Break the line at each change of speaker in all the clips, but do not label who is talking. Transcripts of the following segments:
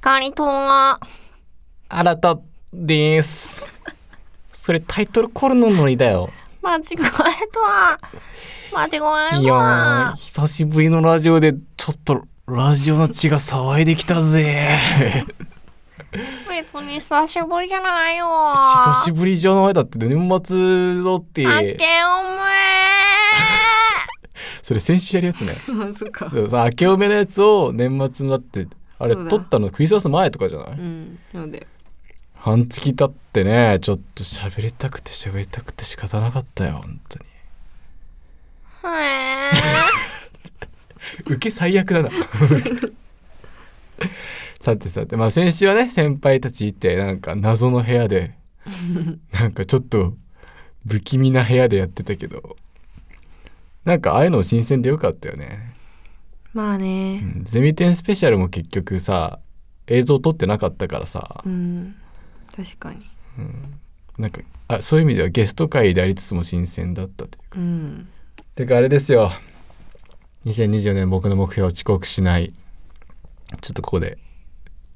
かりとは。
新たです。それタイトルコールのノリだよ。
間違えたわ。間違え
い
た
や
わ
ー、。久しぶりのラジオでちょっとラジオの血が騒いできたぜ。
別に久しぶりじゃないよ。
久しぶりじゃないだって年末だっ
あ
て。
けお
それ先週やるやつね。
め。 あ、そっか。
でもさ、明けおめのやつを年末だって、あれ
そうだ
撮ったのクリスマス前とかじゃない、
うん、なんで。
半月経ってね、ちょっと喋りたくて喋りたくて仕方なかったよ、本当に。
へえ。
受け最悪だなさてさてまあ先週はね先輩たちいてなんか謎の部屋でなんかちょっと不気味な部屋でやってたけどなんかああいうの新鮮でよかったよね、
まあ
う
ね。
んゼミ展スペシャルも結局さ映像撮ってなかったからさ
うん。確かに。
なんかあそういう意味ではゲスト会でありつつも新鮮だったという
うん。
てかあれですよ2024年僕の目標遅刻しないちょっとここで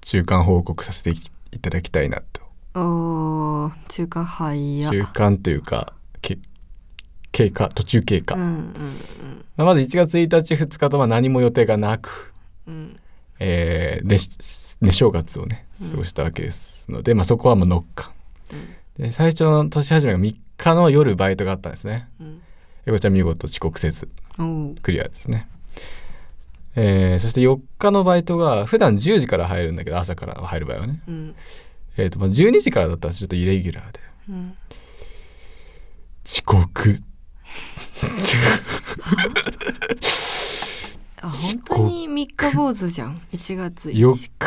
中間報告させていただきたいなと
おー、中間はいや。
中間というかけ経過途中経過、
う
ま
んうん
あまず1月1日2日とは何も予定がなく、
うん。
えー、ねね正月をね過ごしたわけですので、まあ、そこはもう乗っかで最初の年始めが3日の夜バイトがあったんですね
うん。
えこちゃん見事遅刻せず
うん。おー。
クリアですね、えーそして4日のバイトが普段10時から入るんだけど朝から入る場合はね、
うん。
えーとまあ、12時からだったらちょっとイレギュラーで
うん。
遅刻
あ、本当に三日坊主じゃん。一月
4
一
日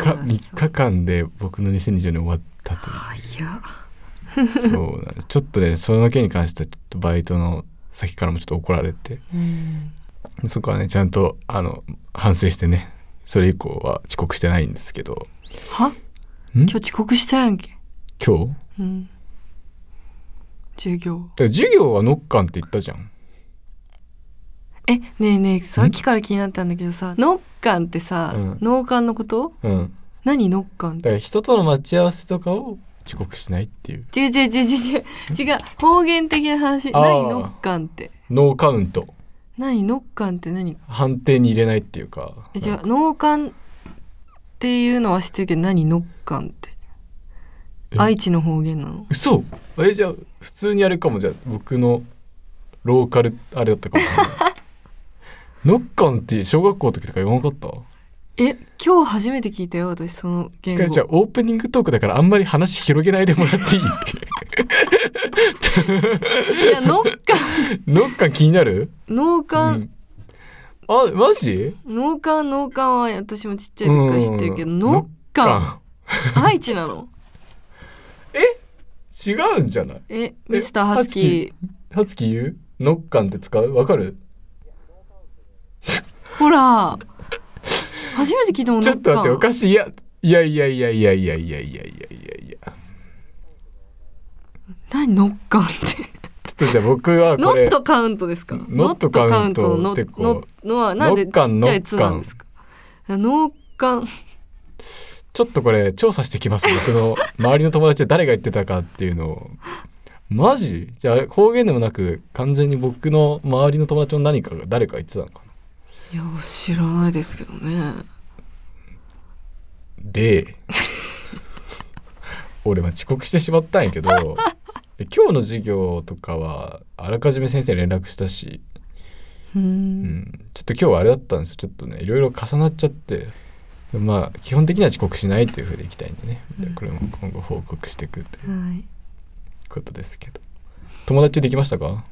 3日間で僕の2020年終わったと
あいや
いうそうなんですちょっとねその件に関してはちょっとバイトの先からもちょっと怒られて
うん
そこはねちゃんとあの反省してねそれ以降は遅刻してないんですけど
は
ん
今日遅刻したやんけ
今日だか
うん授業
ら授業はノッカンって言ったじゃん
えねえねえさっきから気になったんだけどさノッカンってさ、
うん
脳幹のこと
うん
何ノッカンっ
だ
て
から人との待ち合わせとかを遅刻しないっていう
違う違う違う違う違う方言的な話
あー
何ノッカンって
ノーカウント
何ノッカンって何
判定に入れないっていうか
え違う脳幹っていうのは知ってるけど何ノッカンって
え
愛知の方言なの
嘘えじゃあ普通にあれかもじゃあ僕のローカルあれだった かもノッカンって小学校の時とか言わなかった
え今日初めて聞いたよ私その言
ひか
語
りちゃんオープニングトークだからあんまり話広げないでもらっていい
いやノッカン
ノッカン気になる
脳幹、
うんあマジ
脳幹脳幹は私もちっちゃい時から知ってるけど
うん
脳幹愛知なの
違うんじゃない
えミスターハツキ
はつき言うノッカンって使うわかる
ほら初めて聞いたもん
ちょっと待っておか
し
しいいやいやいやいやいやいやいやいやいやいやいや
何ノッカンって
ちょっとじゃあ僕は
ノ
こ
ッ
れ
トカウントですか
ノットカウント
ノッ
って
ト
こ
カ
う
ウントののはなんでちっ
ノッカン
ちゃい「つ」なんですか脳幹
ちょっとこれ調査してきます僕の周りの友達で誰が言ってたかっていうのをマジじゃああれ方言でもなく完全に僕の周りの友達の何かが誰か言ってたのかない
や知らないですけどね
で俺は遅刻してしまったんやけどえ今日の授業とかはあらかじめ先生に連絡したし、
うー
うんん、ちょっと今日はあれだったんですよちょっとねいろいろ重なっちゃってでまあ基本的には遅刻しないというふうでいきたいんでねでこれも今後報告していくという
はい
ことですけど友達できましたか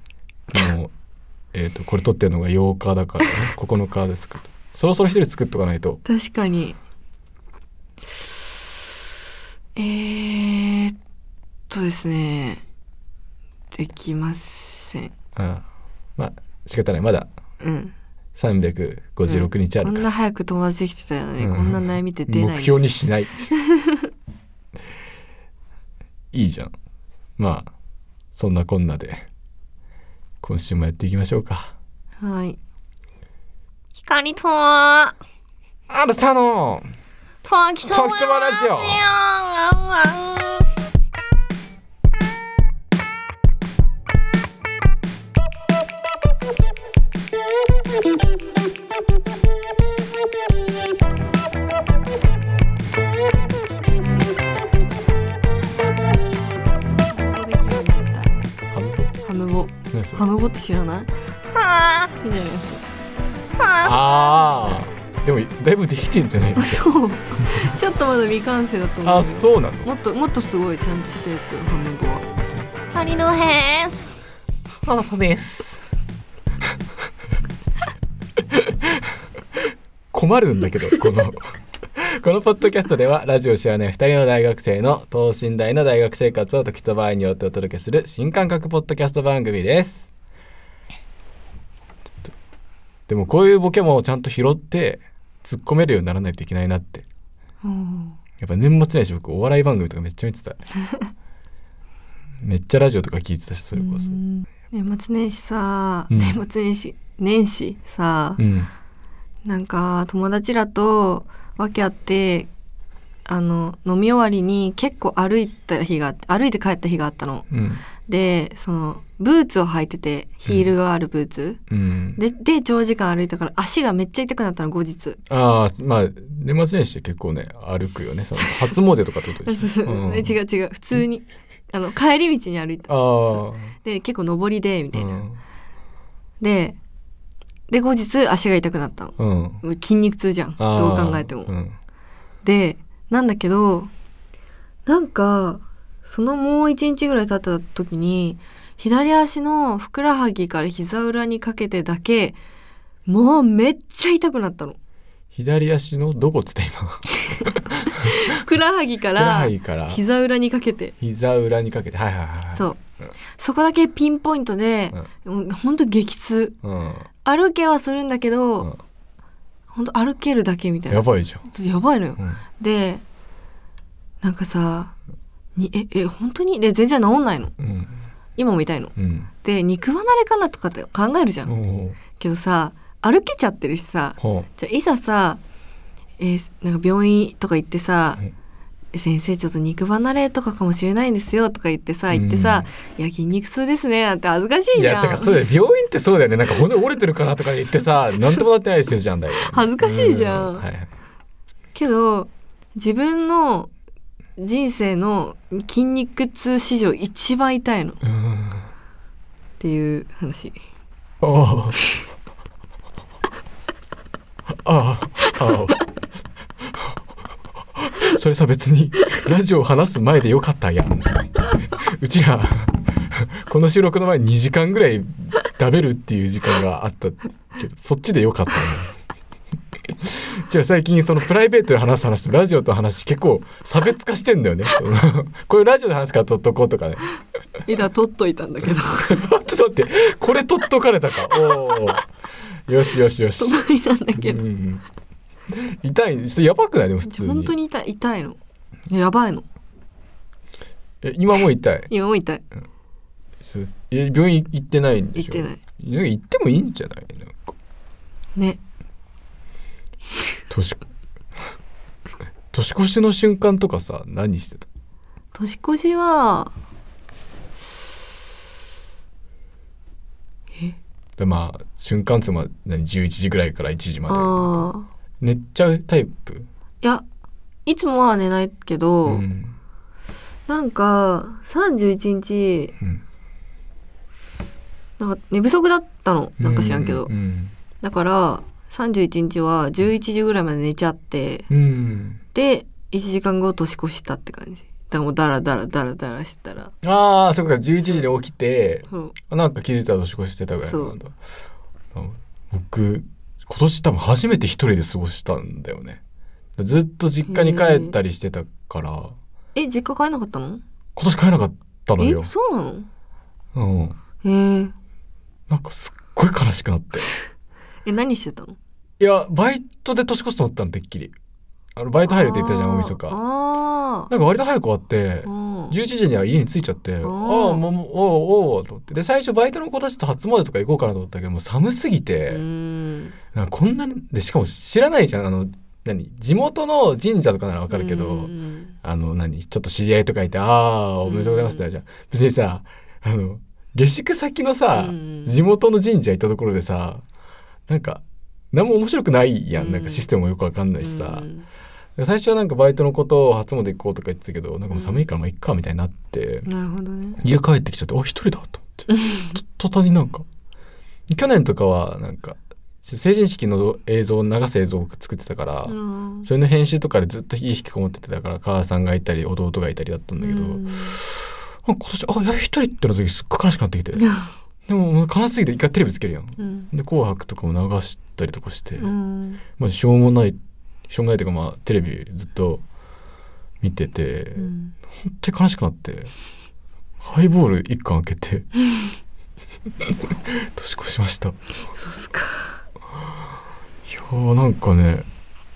もう えっとこれ撮ってるのが8日だから、ね、9日ですけどそろそろ一人作っとかないと
確かにえー、っとですねできません
ああまあ仕方ないまだ
うん
356日あ
こ
るか
ん
ら、
な早く友達できてたよね、
うん
こんな悩みって出ないです
目標にしない いいじゃんまあそんなこんなで今週もやっていきましょうか
はい光とは
あらたの
時と
時とばラジオハム
ハムボ
ボ何それ
ハムボって知らないはーみたいなやつは
ああでもだいぶできてんじゃない
あそうちょっとまだ未完成だと思う
あそうなの
もっともっとすごいちゃんとしたやつハムボはハリのヘース
マラソです困るんだけ どこのこのポッドキャストではラジオを知らない2人の大学生の等身大の大学生活を時と場合によってお届けする新感覚ポッドキャスト番組ですちょっとでもこういうボケもちゃんと拾って突っ込めるようにならないといけないなって
うん
やっぱ年末年始僕お笑い番組とかめっちゃ見て ためっちゃラジオとか聞いてたしそれこそ
うん年末年始さ、
うん
年末年始年始さ、
うん
なんか友達らと訳あってあの飲み終わりに結構歩いた日があって歩いて帰った日があったの
うん
でそのブーツを履いててヒールがあるブーツ、
うん
でで長時間歩いたから足がめっちゃ痛くなったの後日
ああまあ年末年始結構ね歩くよね その初詣とかってことでしょ、ん、
違う違う普通にあの帰り道に歩いた
あ
で結構上りでみた
あ
いな、でで後日足が痛くなったの
うん、うん、
もう筋肉痛じゃん
あー
どう考えても。
うん
でなんだけどなんかそのもう一日ぐらい経った時に左足のふくらはぎから膝裏にかけてだけもうめっちゃ痛く なったの。
左足のどこっつった今ふ
ふくらはぎか
くら
ら
はぎから
膝裏にかけて。
膝裏にかけてはいはいはい、
そうう。そこだけピンポイントで、もうほんと激痛。
うん
歩けはするんだけど、
うん
ほんと歩けるだけみたいな。
やばいじゃ
ちょっとやばいのよ。
ん、うん、
でなんかさにええ本当にで全然治んないの
うん
今も痛いの
うん
で肉離れかなとかって考えるじゃん、
おー
けどさ歩けちゃってるしさ
ほ
じゃあいざさ、えーなんか病院とか行ってさ
うん
「え先生ちょっと肉離れとかかもしれないんですよ」とか言ってさ言ってさ「いや筋肉痛ですね」なんて恥ずかし
う
い
い
じ
やだ
ゃ
か
ん
らそうだよ病院ってそうだよねなんか骨折れてるかなとか言ってさ何ともなってないですよじゃんだよ
恥ずかしいじゃん
はいはい、
けど自分の人生の筋肉痛史上一番痛いのっ
うん
ていう話。
ああ。ああ。ああ。それさ別にラジオを話す前でよかったやん。うちらこの収録の前に2時間ぐらい食べるっていう時間があったけどそっちでよかったね。うちら最近そのプライベートで話す話とラジオと話結構差別化してんだよね。そのこういうラジオで話すからとっとこうとかね。
えだ取っといたんだけど
ちょっと待って、これ取っとかれたか。おお。よしよしよし。
隣なんだけ
う
ど
んうん痛い、それやばくないでも普通に。
本当に痛い痛いのやばいの
え今も痛い。
今も痛い
それえ病院行ってないんで
行っ
してょ。
ない
なんか行ってもいいんじゃない？なんか
ね
年年越しの瞬間とかさ、何してた？
年越しは
でまあ瞬間つま何11時ぐらいから1時まで
ああ
寝ちゃうタイプ。
いやいつもは寝ないけど、
うん。
なんか31日
うん
なんか寝不足だったのなんか知らんけど、
うん。
だから31日は11時ぐらいまで寝ちゃって
うん。
で1時間後年越したって感じだからもうダラダラダラダラしてたら
ああ、そっか11時に起きて。
そう
あなんか気づいたら年越してたぐらいなんだあ僕今年多分初めて一人で過ごしたんだよねずっと実家に帰ったりしてたから、
え実家帰んなかったの
今年帰らなかったのよ
え、そうなの
うん、
えー、
なんかすっごい悲しくなって
え何してたの
いやバイトで年越すと思ったのてっきりあのバイト入るって言ってたじゃん大晦日
あー
なんか割と早く終わって
あー
11時には家に着いちゃってああ
ー
もうもうおうおうと思ってで最初バイトの子たちと初詣とか行こうかなと思ったけどもう寒すぎて、
うん
なんかこんなにでしかも知らないじゃんあの何地元の神社とかならわかるけど、
うん
あの何ちょっと知り合いとかいて「ああおめでとうございます」ってなるじゃん、別にさあの下宿先のさ、
うん
地元の神社行ったところでさなんか何も面白くないやん、
うん
なんかシステムもよくわかんないしさ
う、ん
最初はなんかバイトのことを初詣行こうとか言ってたけどなんかもう寒いからまあいっかみたいになって、
なるほどね
家帰ってきちゃって「あ一人だ」と思ってと途端になんか去年とかはなんか成人式の映像を流す映像を作ってたから、
うん
それの編集とかでずっと家引きこもっててだから母さんがいたり弟がいたりだったんだけど、
うん
なんか今年あいや一人っての時すっごい悲しくなってきてでも悲しすぎて一回テレビつけるやん
うん
で「紅白」とかも流したりとかして、
うん
まあしょうもないしょうもないというかまあテレビずっと見てて、
うん
本当に悲しくなってハイボール一缶開 けて年越しましたい
そうっすか
やーなんかね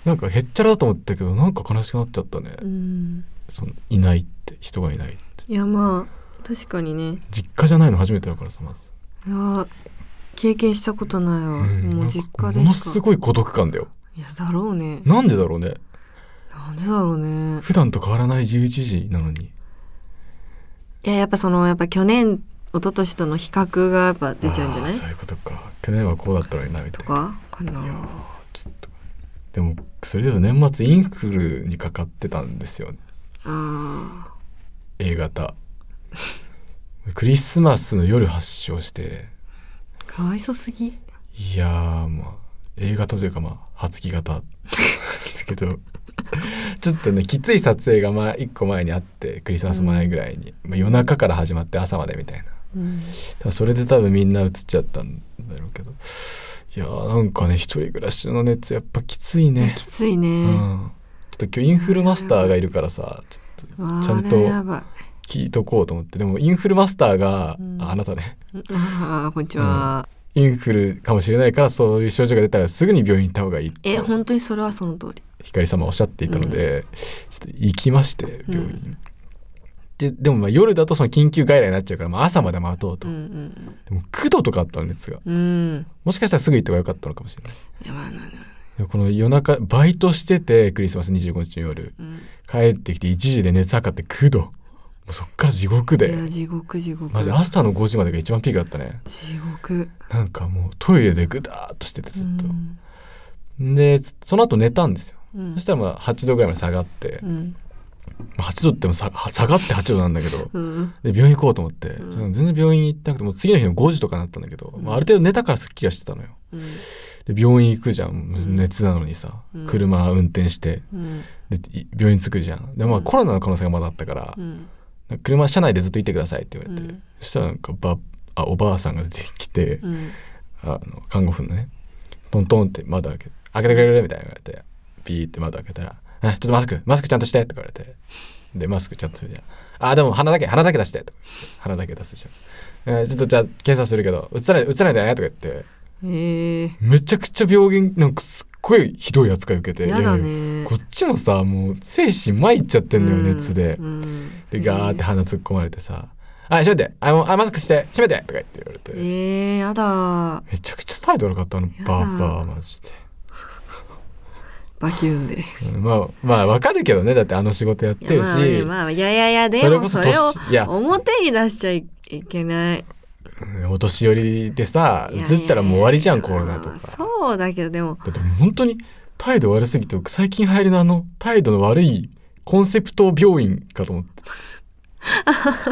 なんかへっちゃらだと思ってたけどなんか悲しくなっちゃったね、
うん
そのいないって人がいないって
いやまあ確かにね
実家じゃないの初めてだからさまず、
いや経験したことないわ、
ん
も
な
うん実
か
家で
もの
し
す
か
ごい孤独感だよ
いやだろうね
なんでだろうね
なんでだろうね
普段と変わらない11時なのに
いややっぱそのやっぱ去年一昨年との比較がやっぱ出ちゃうんじゃな
あ
い
ーそういうことか去年はこうだったのになみた
と
いな
かかない
やーちょっとでもそれでは年末インフルにかかってたんですよね
あ
A 型クリスマスの夜発症して
ーかわいそすぎ
いやーまあ A 型というかまあ発起型だけどちょっとねきつい撮影がまあ1個前にあってクリスマス前ぐらいに、まあ、夜中から始まって朝までみたいな
うん
多分それで多分みんな映っちゃったんだろうけどいやーなんかね一人暮らしの熱やっぱきついね
きついうね、
んちょっと今日インフルマスターがいるからさちょっと
わあ
ちゃんと
あれやばい
聞いとこうと思ってでもインフルマスターが、
うん
ああなたね
ああこんにちは、
インフルかもしれないからそういう症状が出たらすぐに病院行った方がいいと
え本当にそれはその通り
光様おっしゃっていたので、ちょっと行きまして病院に、ででもまあ夜だとその緊急外来になっちゃうから、まあ、朝まで待とうと、
うん
でも9度とかあったの熱が
うんうんうん
もしかしたらすぐ行った方がよかったのかもしれない
いやばいな
でこの夜中バイトしててクリスマス25日の夜
うん
帰ってきて1時で熱測って9度もうそっから地獄
いや
で
地獄地獄
マジ朝の5時までが一番ピークだったね
地獄
なんかもうトイレでグダーっとしててずっ
うん
と、でその後寝たんですよ
うん
そしたらまあ8度ぐらいまで下がって、
うん
まあ8度ってもさ下がって8度なんだけ ど
うん
で病院行こうと思って、
うん
その全然病院行ってなくてもう次の日の5時とかになったんだけど、
うん
まあ、ある程度寝たからすっきりはしてたのよ
うん
で病院行くじゃん
ん
熱なのにさ、
うん
車運転して
うん
でい病院着くじゃんでま
う
あ
ん
コロナの可能性がまだあったから、
うん
なんか車車内でずっといてくださいって言われて、
うん
そしたらなんかばあおばあさんが出てきて、
うん
あの看護婦のねトントンって窓開け開けてくれるみたいな言われてピーって窓開けたら「あちょっとマスクマスクちゃんとして」とか言われてでマスクちゃんとするじゃん「あでも鼻だけ鼻だけ出して」とか言って鼻だけ出すじゃん、えーちょっとじゃあ検査するけど映さない映さないでね」とか言って
ええ
めちゃくちゃ病原なんかすっごいひどい扱い受けて
やだ
いや
ね
こっちもさもう精神まいっちゃってんのよ、熱で
う。ん
でガーって鼻突っ込まれてさ「あ閉めてあもうあマスクして閉めて」とか言って言われて。
えー、やだ
めちゃくちゃ態度悪かったあの
やだ
バーバーマジで
バキュンで
うんまあまあわかるけどねだってあの仕事やっ
い
て
や
る
まあね
し
まあいやいやいやで
それ
も
こそ
それ
年
を
いや
表に出しちゃいいけない
うんお年寄りでさ
いやいやいや
移ったらもう終わりじゃんコロナと
まあ
か
そうだけどでも
だって本当に態度悪すぎて僕最近入るのあの態度の悪いコンセプト病院かと思って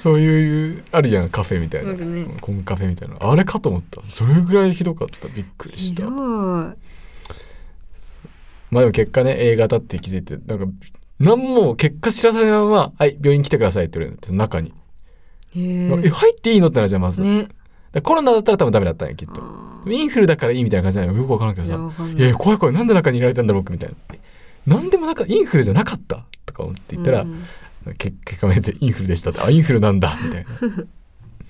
そういうあるじゃんカフェみたいな、
なんかね
コンカフェみたいなあれかと思ったそれぐらいひどかったびっくり
ひ
した
どい
まあでも結果ね A 型って気づいてなんか何も結果知らされないまま「はい病院来てください」って言われるんだって中に、
へ
え
え
入っていいのってなるじゃんまず、だか
ね
らコロナだったら多分ダメだったんやきっと
あ
インフルだからいいみたいな感じなのよよく分からんけ
ー
ど
いや
さ
わか
「
ん
いや
ないい
や怖い怖いなんで中にいられたんだろう」みたいな「何でもなんかインフルじゃなかった」とか思って言ったら、
うん
結結果見てインフルでしたって「あインフルなんだ」みたいな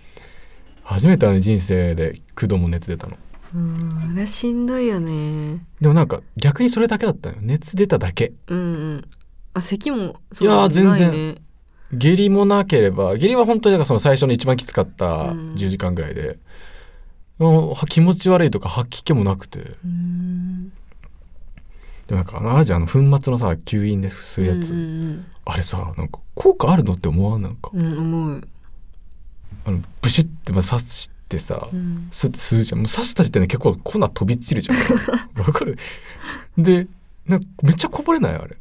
初めてあの人生で9度も熱出たの
うんあれしんどいよね
でもなんか逆にそれだけだったのよ熱出ただけ
うんうんあ咳も
いやー
そうない
全
ね
下痢もなければ下痢は本当にだからその最初の一番きつかった
うん
10時間ぐらいで、もうは気持ち悪いとか吐き気もなくて
うーん
でもなんかあのあるじゃんあの粉末のさ吸引でするやつ、
うんうん
あれさなんか効果あるのって思わんなんか、
うん、うん、思う、
あのブシュってまあ刺してさ、
うん、
スッてするじゃんもう刺した時点で結構粉飛び散るじゃ んわかるでなんかめっちゃこぼれないあれ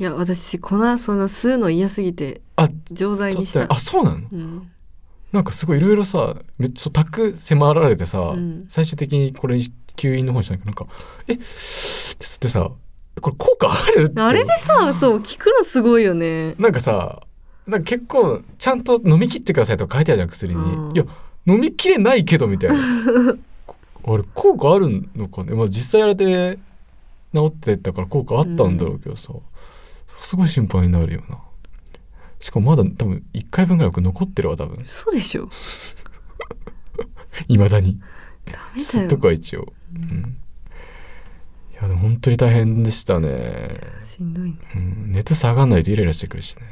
いや私粉その吸うの嫌すぎて
あ
錠剤
ちょ
に
っ
した
とあそうなの
うん
なんかすごいいろいろさめっちゃ宅迫られてさ、
うん
最終的にこれに吸引の方にしたんだけどなんか「えっ?」ってさこれ効果あるって
あれでさそう聞くのすごいよね
なんかさなんか結構ちゃんと飲み切ってくださいとか書いてあるじゃん薬に、
うん
いや飲みきれないけどみたいな あれ効果あるのかね、まあ、実際あれで治ってったから効果あったんだろうけどさ、すごい心配になるよなしかもまだ多分1回分ぐらいこれ残ってるわ多分
そうでしょ
いまだに
ダメだ
吸
よ
っとくわ一応、うん、いやでも本当に大変でしたね、
しんどいね
うん、熱下がんないとイライラしてくる しね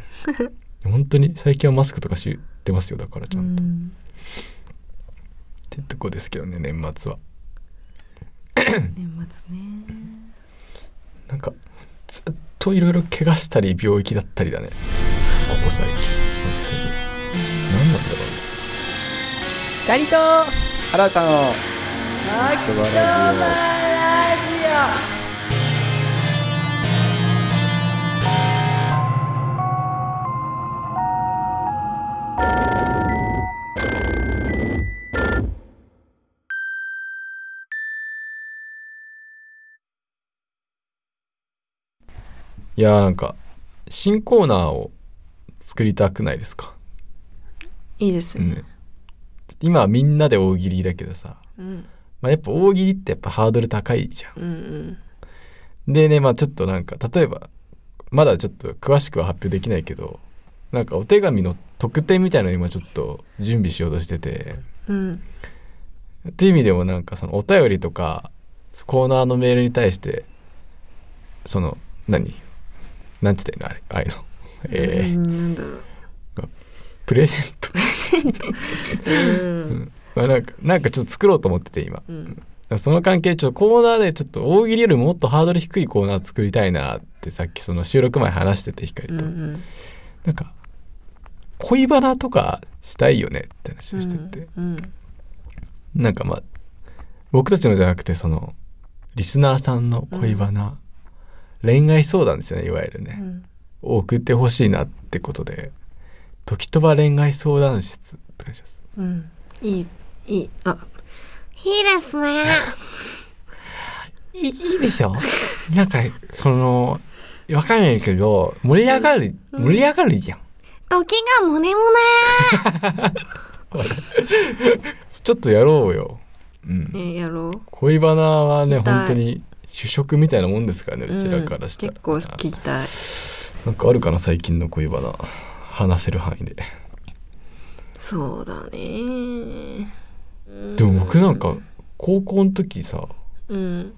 本当に最近はマスクとかしてますよだからちゃんと。
うん
ってとこですけどね年末は
年末ね
なんかずっといろいろ怪我したり病気だったりだねここ最近本当に何なんだろうね
光と
新たの
秋
とばラ
いやーなんか新コーナーを作りたくないですか、
いいですね
ね今はみんなで大喜利だけどさ、
うん
まあ、やっぱ大喜利ってやっぱハードル高いじゃ
うんうん
んでねまあちょっとなんか例えばまだちょっと詳しくは発表できないけどなんかお手紙の特典みたいなの今ちょっと準備しようとしてて
うん
っていう意味でもなんかそのお便りとかコーナーのメールに対してその何なんつったらいいのあれああいうのえー
うんなんだろう
プレゼント
うん
まあなんかなんかちょっと作ろうと思ってて今だか
うん
らその関係ちょっとコーナーでちょっと大喜利よりももっとハードル低いコーナー作りたいなってさっきその収録前話してて光
う
と、
んうん
なんか恋バナとかしたいよねって話をしてて、
うん
なんかまあ僕たちのじゃなくてそのリスナーさんの恋バナ、恋愛相談ですよねいわゆる
う
ね、
ん
を送ってほしいなってことで「時とば恋愛相談室」とかします
うんいいいいあいいで すね
いいいですよ なんかそのわかんないけど盛り上がる、盛り上がるじゃん
時が胸胸
ちょっとやろうよ、うん、
ねやろう
恋バナはね
聞きたい
本当に主食みたいなもんですからねうちら
ん
からしたら、
結構聞きたい
なんかあるかな最近の恋バナ話せる範囲で。
そうだね
でも僕なんか高校の時さ
うん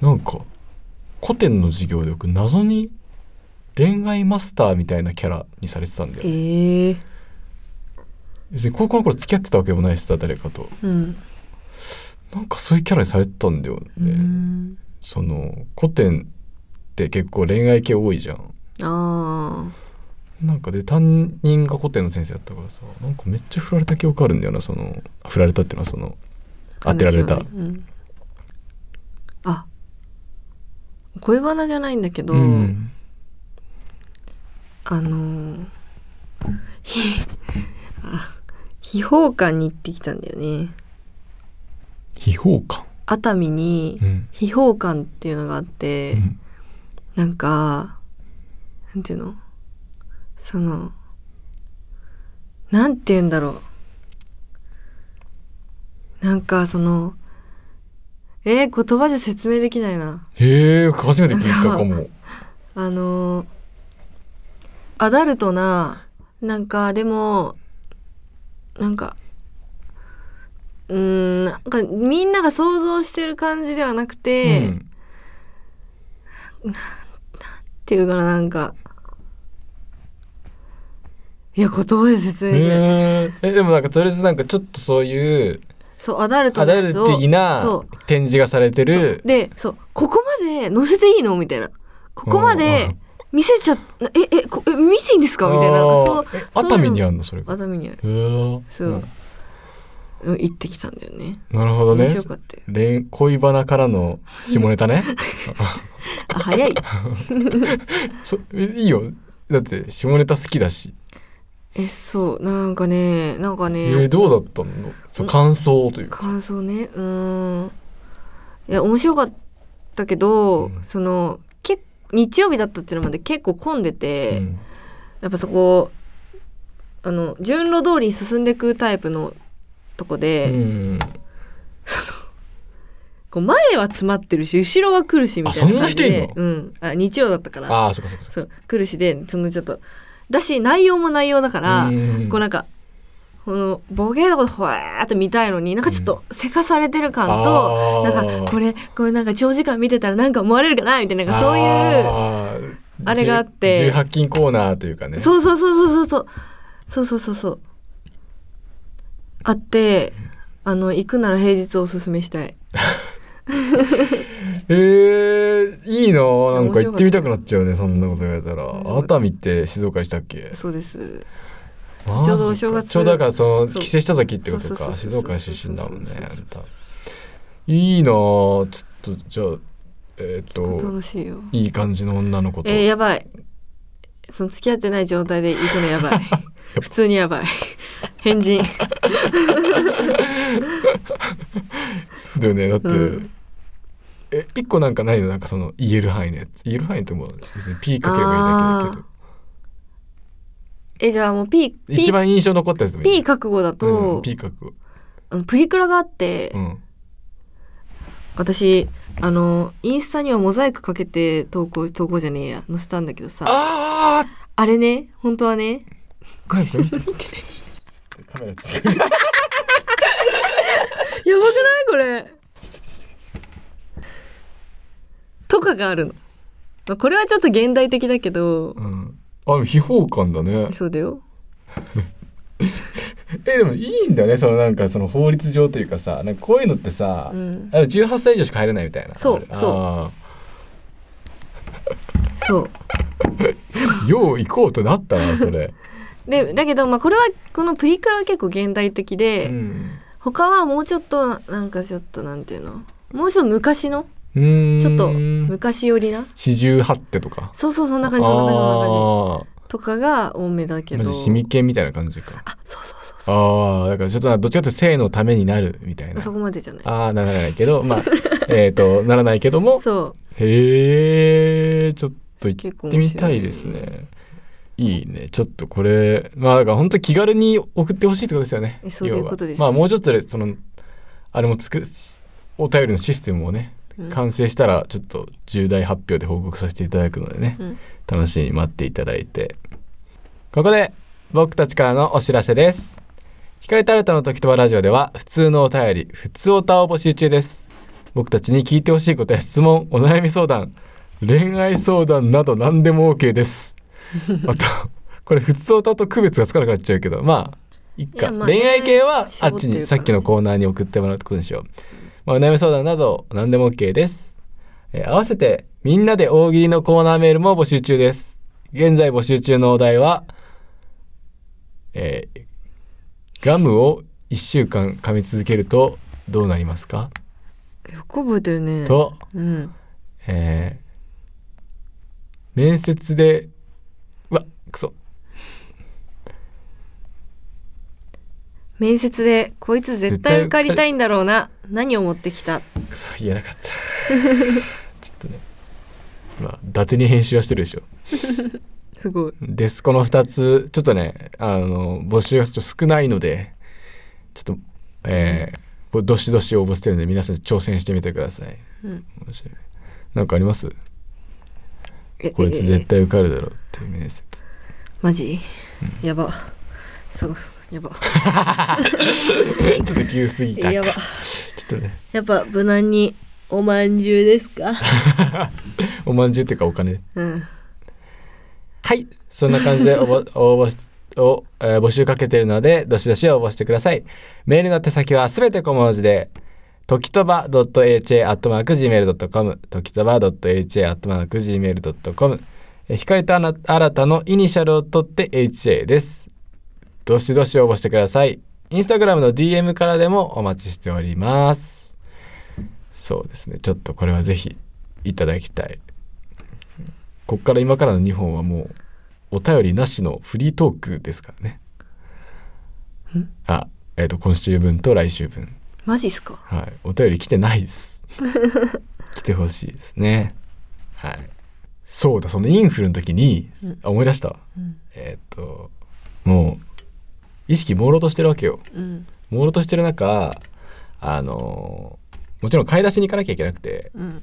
なんか古典の授業で僕謎に恋愛マスターみたいなキャラにされてたんだよ
ええ
別に高校の頃付き合ってたわけでもないしさ誰かと
うん
なんかそういうキャラにされてたんだよ
う
ね
ん
その古典って結構恋愛系多いじゃん
あ
なんかで担任が古典の先生だったからさなんかめっちゃ振られた記憶あるんだよなその振られたっていうのはその
あ
当てられた、
うん、あ恋バナじゃないんだけど、
うん
あのーひあ秘宝館に行ってきたんだよね
秘宝感
熱海に
うん
秘宝館っていうのがあって、
うん
なんか、なんていうのその、なんて言うんだろう。なんか、その、えー言葉じゃ説明できないな。
へえ初めて聞いたか も
あのーアダルトな、なんか、でも、なんか、うーん、なんか、みんなが想像してる感じではなくて、
うん
っていうからなんかいや言葉で説明できない、
ええでもなんかとりあえずなんかちょっとそういう
そうアダルト
ア
な
ダ
や
ル
つ
テ
を
ィな
そう
展示がされて
そう
る
でそうここまで乗せていいのみたいなここまで見せちゃっええこえ見せいいんですかみたいななんか
あ
そう
ーえ
そういう
熱
の
海にあるのそれがへ
熱海にある
え
そう、うん、行ってきたんだよね
なるほど
面
ね
白かったよ
恋恋バナからの下ネタ ね
あ早い
そえいいよだって下ネタ好きだし
えそうなんかねなんか
え
ね、
ーどうだったのそう感想というか
感想ねうーんいや面白かったけど、
うん
そのけ日曜日だったっていうのまで結構混んでて、
うん
やっぱそこあの順路通りに進んでいくタイプのとこ
う
で、
ん
そのこう前は詰まってるし後ろは来るしみたいな感じで
あそんな人いんの
うん、あ日曜だったから
ああそっかそっかそっか
そう来るしでそのちょっとだし内容も内容だから、
うん
こうなんかこのボケのことほわーって見たいのになんかちょっとせかされてる感と、
あー
なんかこれこれなんか長時間見てたらなんか思われるかなみたいななんかそういう
あー
あれがあって
じゅ18禁コーナーというかね
そうそうそうそうそうそうそうそうそうあってあの行くなら平日おすすめしたい
えー、いいなあなんか行ってみたくなっちゃうねそんなこと言われたら、
うん
熱海って静岡でしたっけ
そうです
マジか
ちょうどお正月
ちょうどだからその
そう
帰省した時ってこと
そうそう
か
そうそう
静岡出身だもんね
そうそう
あ
そ
ん
う
たいいなあちょっとじゃあえっ、と
楽しいよ
いい感じの女の子と、
えー、やばいその付き合ってない状態で行くのや ばい普通にやばい変人
そうだよねだって、
うん
え一個なんかないのなんかその言える範囲のやつ言える範囲ってもう別にピーかければいいだけだけど
えじゃあもう P, P
一番印象残ったやつでもいい
P 覚悟だ
う
と、
ん、ピー書く
あのプリクラがあって、
うん
私あのインスタにはモザイクかけて投稿投稿じゃねえや載せたんだけどさあ
ああ
れね本当はね
これ見てカメラ近くに
やばくないこれとかがあるの、まあ、これはちょっと現代的だけど
うんあでも秘宝感だね
そうだよ
えでもいいんだねそのなんかその法律上というかさなんかこういうのってさ、
うん
あ18歳以上しか入れないみたいな
そうそう
あ
そう
ーよう行こうとなったなそ れ、
でだけどまあこれはこのプリクラは結構現代的で、
うん、
他はもうちょっとなんかちょっとなんていうのもうちょっと昔の
うーん
ちょっと昔寄りな
四十八手とか
そうそうそんな
あ
感じそんな感じそんな感じ
あ
とかが多めだけ
ー
ど
マジシミケンみたいな感じか
あそうそうそうそ
ああだからちょっとなんかどっちかっていうと性のためになるみたいうな
そこまでじゃない
ああならないけどまあ えっとならないけども
そう
へえちょっと行
結構
ってみたいですねいいねちょっとこれまあだから本当に気軽に送ってほしいってことですよね
えそういう
要は
ことです
まあもうちょっとでそのあれも作るお便りのシステムをね
うん
完成したらちょっと重大発表で報告させていただくのでね、
うん
楽しみに待っていただいてここで僕たちからのお知らせです光タルタの時とばラジオでは普通のお便り普通おたを募集中です僕たちに聞いてほしいことや質問お悩み相談恋愛相談など何でも OK です あとこれ普通おたと区別がつかなくなっちゃうけどまあいっ
い
か
やまあ
恋愛系はあっ
絞って
ち
るから
にさっきのコーナーに送ってもらうってことでしょう、まあ、お悩み相談など何でも OK ですえー合わせてみんなで大喜利のコーナーメールも募集中です現在募集中のお題は、えーガムを1週間噛み続けるとどうなりますか
よく覚えてるね
と、
うん
えー面接でうわクソ
面接でこいつ絶対受かりたいんだろうな何を持ってきた
クソ言えなかった ちょっとねまあ伊達に編集はしてるでしょ
すごい
ですこの2つちょっとねあの募集がちょっと少ないのでちょっとえーぼどしどし応募してるので皆さん挑戦してみてください、
うん
もしなんかあります
え
こいつ
え
絶対受かるだろうっていう面接
マジやばそうやば
ちょっと急すぎたか
やば
ちょっとね
やっぱ無難におまんじゅうです か
おまんじゅうっていうかお金
うん
はいそんな感じで応募 応募しを、えー募集かけてるのでどしどし応募してくださいメールの手先はすべて小文字で「時とば .ha.gmail.com 時とば .ha.gmail.com えー光とあな新たのイニシャルを取って HA ですどしどし応募してくださいインスタグラムの DM からでもお待ちしておりますそうですねちょっとこれはぜひいただきたいこっから今からの2本はもうお便りなしのフリートークですからねあえっ、と今週分と来週分
マジっすか
はい、お便り来てない です。来てほしいですね。はい。そうだ、そのインフルの時に、
うん
あ思い出したわ。
うん
えーっと、もう意識朦朧としてるわけよ。
うん
朦朧としてる中、あのーもちろん買い出しに行かなきゃいけなくて、
うん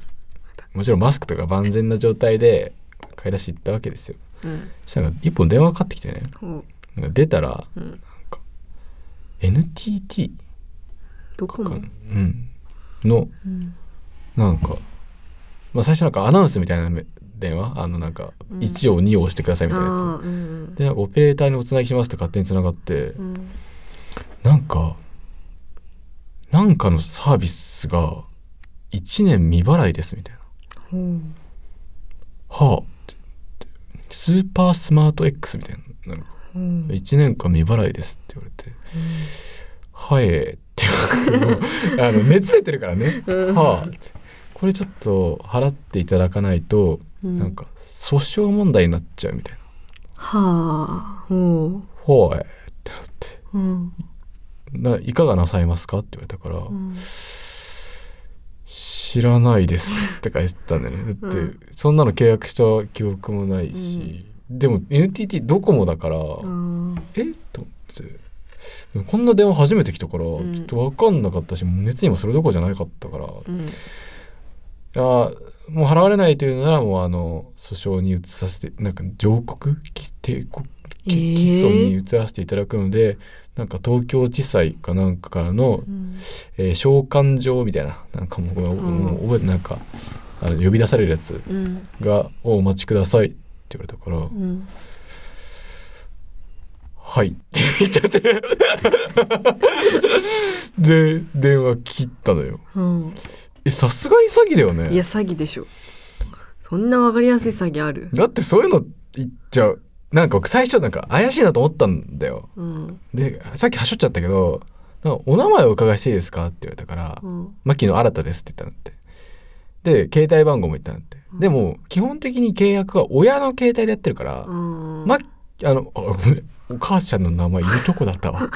もちろんマスクとか万全な状態で買い出し行ったわけですよ。
うん
そしたらなんか一本電話かかってきてね、
お
なんか出たら
うん、
NTT
どこ
か
も
な、うん、の
うん
なんか、まあ、最初なんかアナウンスみたいなめ電話あのなんか
うん
1を2を押してくださいみたいなやつ、
あーうん
でなんかオペレーターにおつなぎしますって勝手につながって、
うん
なんかなんかのサービスが1年未払いですみたいな
うん
はあって言ってスーパースマート X みたいななんか
うん
1年間未払いですって言われて「はい」って言われて あの熱出てるからね「
うん
はあ」ってこれちょっと払っていただかないと
うん
なんか訴訟問題になっちゃうみたいな
はあおう
「ほい」ってなって
うん
な「いかがなさいますか?」って言われたから「
うん
知らないです」って返したんだよねだって、
うん
そんなの契約した記憶もないし、でも NTT ドコモだから、
うん
えっと思って。でもこんな電話初めて来たから、
ん
ちょっと分かんなかったし熱にもそれどころじゃないかったから、
うん
あーもう払われないというならもうあの訴訟に移させてなんか上告きてこき
えー
起訴に移らせていただくので、なんか東京地裁かなんかからの、
うん
えー召喚状みたいななんかもうこれ
ん
もう覚えてなんかあの呼び出されるやつ
うん
が「おお待ちください」って言われたから「
うん
はい」って言っちゃってで電話切ったのよ
うん
えさすがに詐欺だよね
いや詐欺でしょそんなわかりやすい詐欺ある
だってそういうの言っちゃうなんか最初なんか怪しいなと思ったんだよ
うん
でさっきはしょっちゃったけど「なんかお名前をお伺いしていいですか?」って言われたから
うん
「牧野新太です」って言ったんだってで携帯番号も言ったんだってでも基本的に契約は親の携帯でやってるから、
うん
まあのあごめんお母さんの名前言うとこだったわ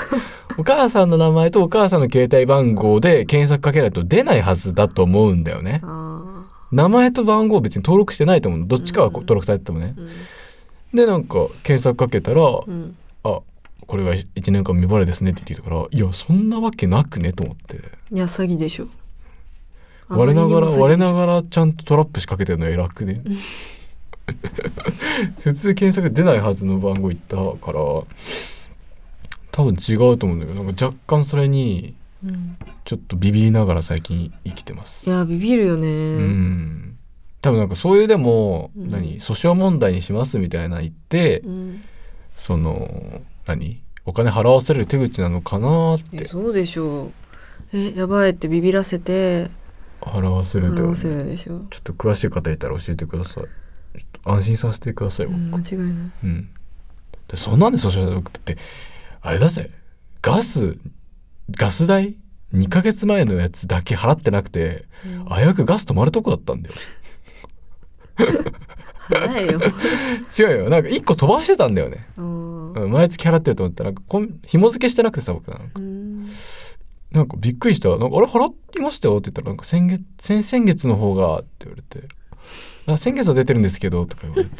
お母さんの名前とお母さんの携帯番号で検索かけないと出ないはずだと思うんだよね
あ
名前と番号別に登録してないと思うのどっちかはこう登録されててもね
ーうん
でなんか検索かけたら「
うん
あこれが1年間未払いですね」って言ってたからいやそんなわけなくねと思って
いや詐欺でしょ
我ながら我なが
が
らちゃんとトラップ仕掛けてるの偉く ね普通検索出ないはずの番号言ったから多分違うと思うんだけどなんか若干それに
ら、うん
ちょっとビビりながら最近生きてま
い
す
やビビるよね、
うん多分なんかそういうでも、
うん
何訴訟問題にしますみたいな言って、
うん
その何お金払わせる手口なのかなーっ
い
て
やそうでしょうえやばいってビビらせて
払わせるんだ
払
よ
わ
ね
せるでしょ、
ちょっと詳しい方いたら教えてくださいちょっと安心させてください、
うん、間違いない
うん。でそんなんで訴訟だってって、あれだぜ、ガス、ガス代2ヶ月前のやつだけ払ってなくて、
うん
危うくガス止まるとこだったんだよ。
払えよ、
違うよ、なんか1個飛ばしてたんだよね。
うん
うん毎月払ってると思ったら、なんかこん紐付けしてなくてさ、僕なんか。
うん、
なんかびっくりした。なんかあれ払ってましたよって言ったら、なんか先月、先々月の方が、って言われて。あ先月は出てるんですけどとか言われて、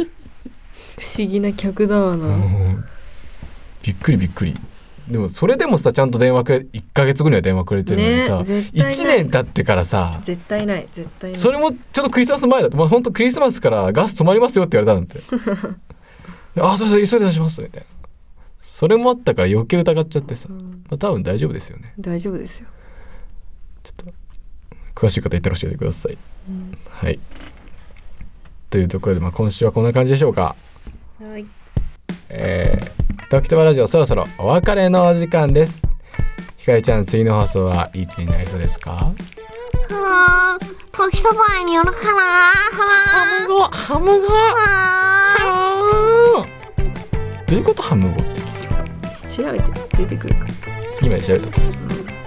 不思議な客だわな、
うんびっくりびっくりでもそれでもさちゃんと電話くれ1ヶ月後には電話くれてるのに
ね
さ、
絶対ない
1年経ってからさ
絶対ない絶対ない
それもちょっとクリスマス前だと、まあ、本当クリスマスからガス止まりますよって言われたんだって ああそうそう急いで出しますみたいなそれもあったから余計疑っちゃってさ、
う
ま
ん
あ、多分大丈夫ですよね
大丈夫ですよ
ちょっと詳しい方いたら教えてください、
ん
はいというところで、まあ、今週はこんな感じでしょうか
はい
えー、ドキトバラジオそろそろお別れのお時間です。ひかりちゃん、次の放送はいつになりそうですか
時と場合によるかな
ハム語ハム語あーどういうことハム語って
調べて出てくるか
次まで調べた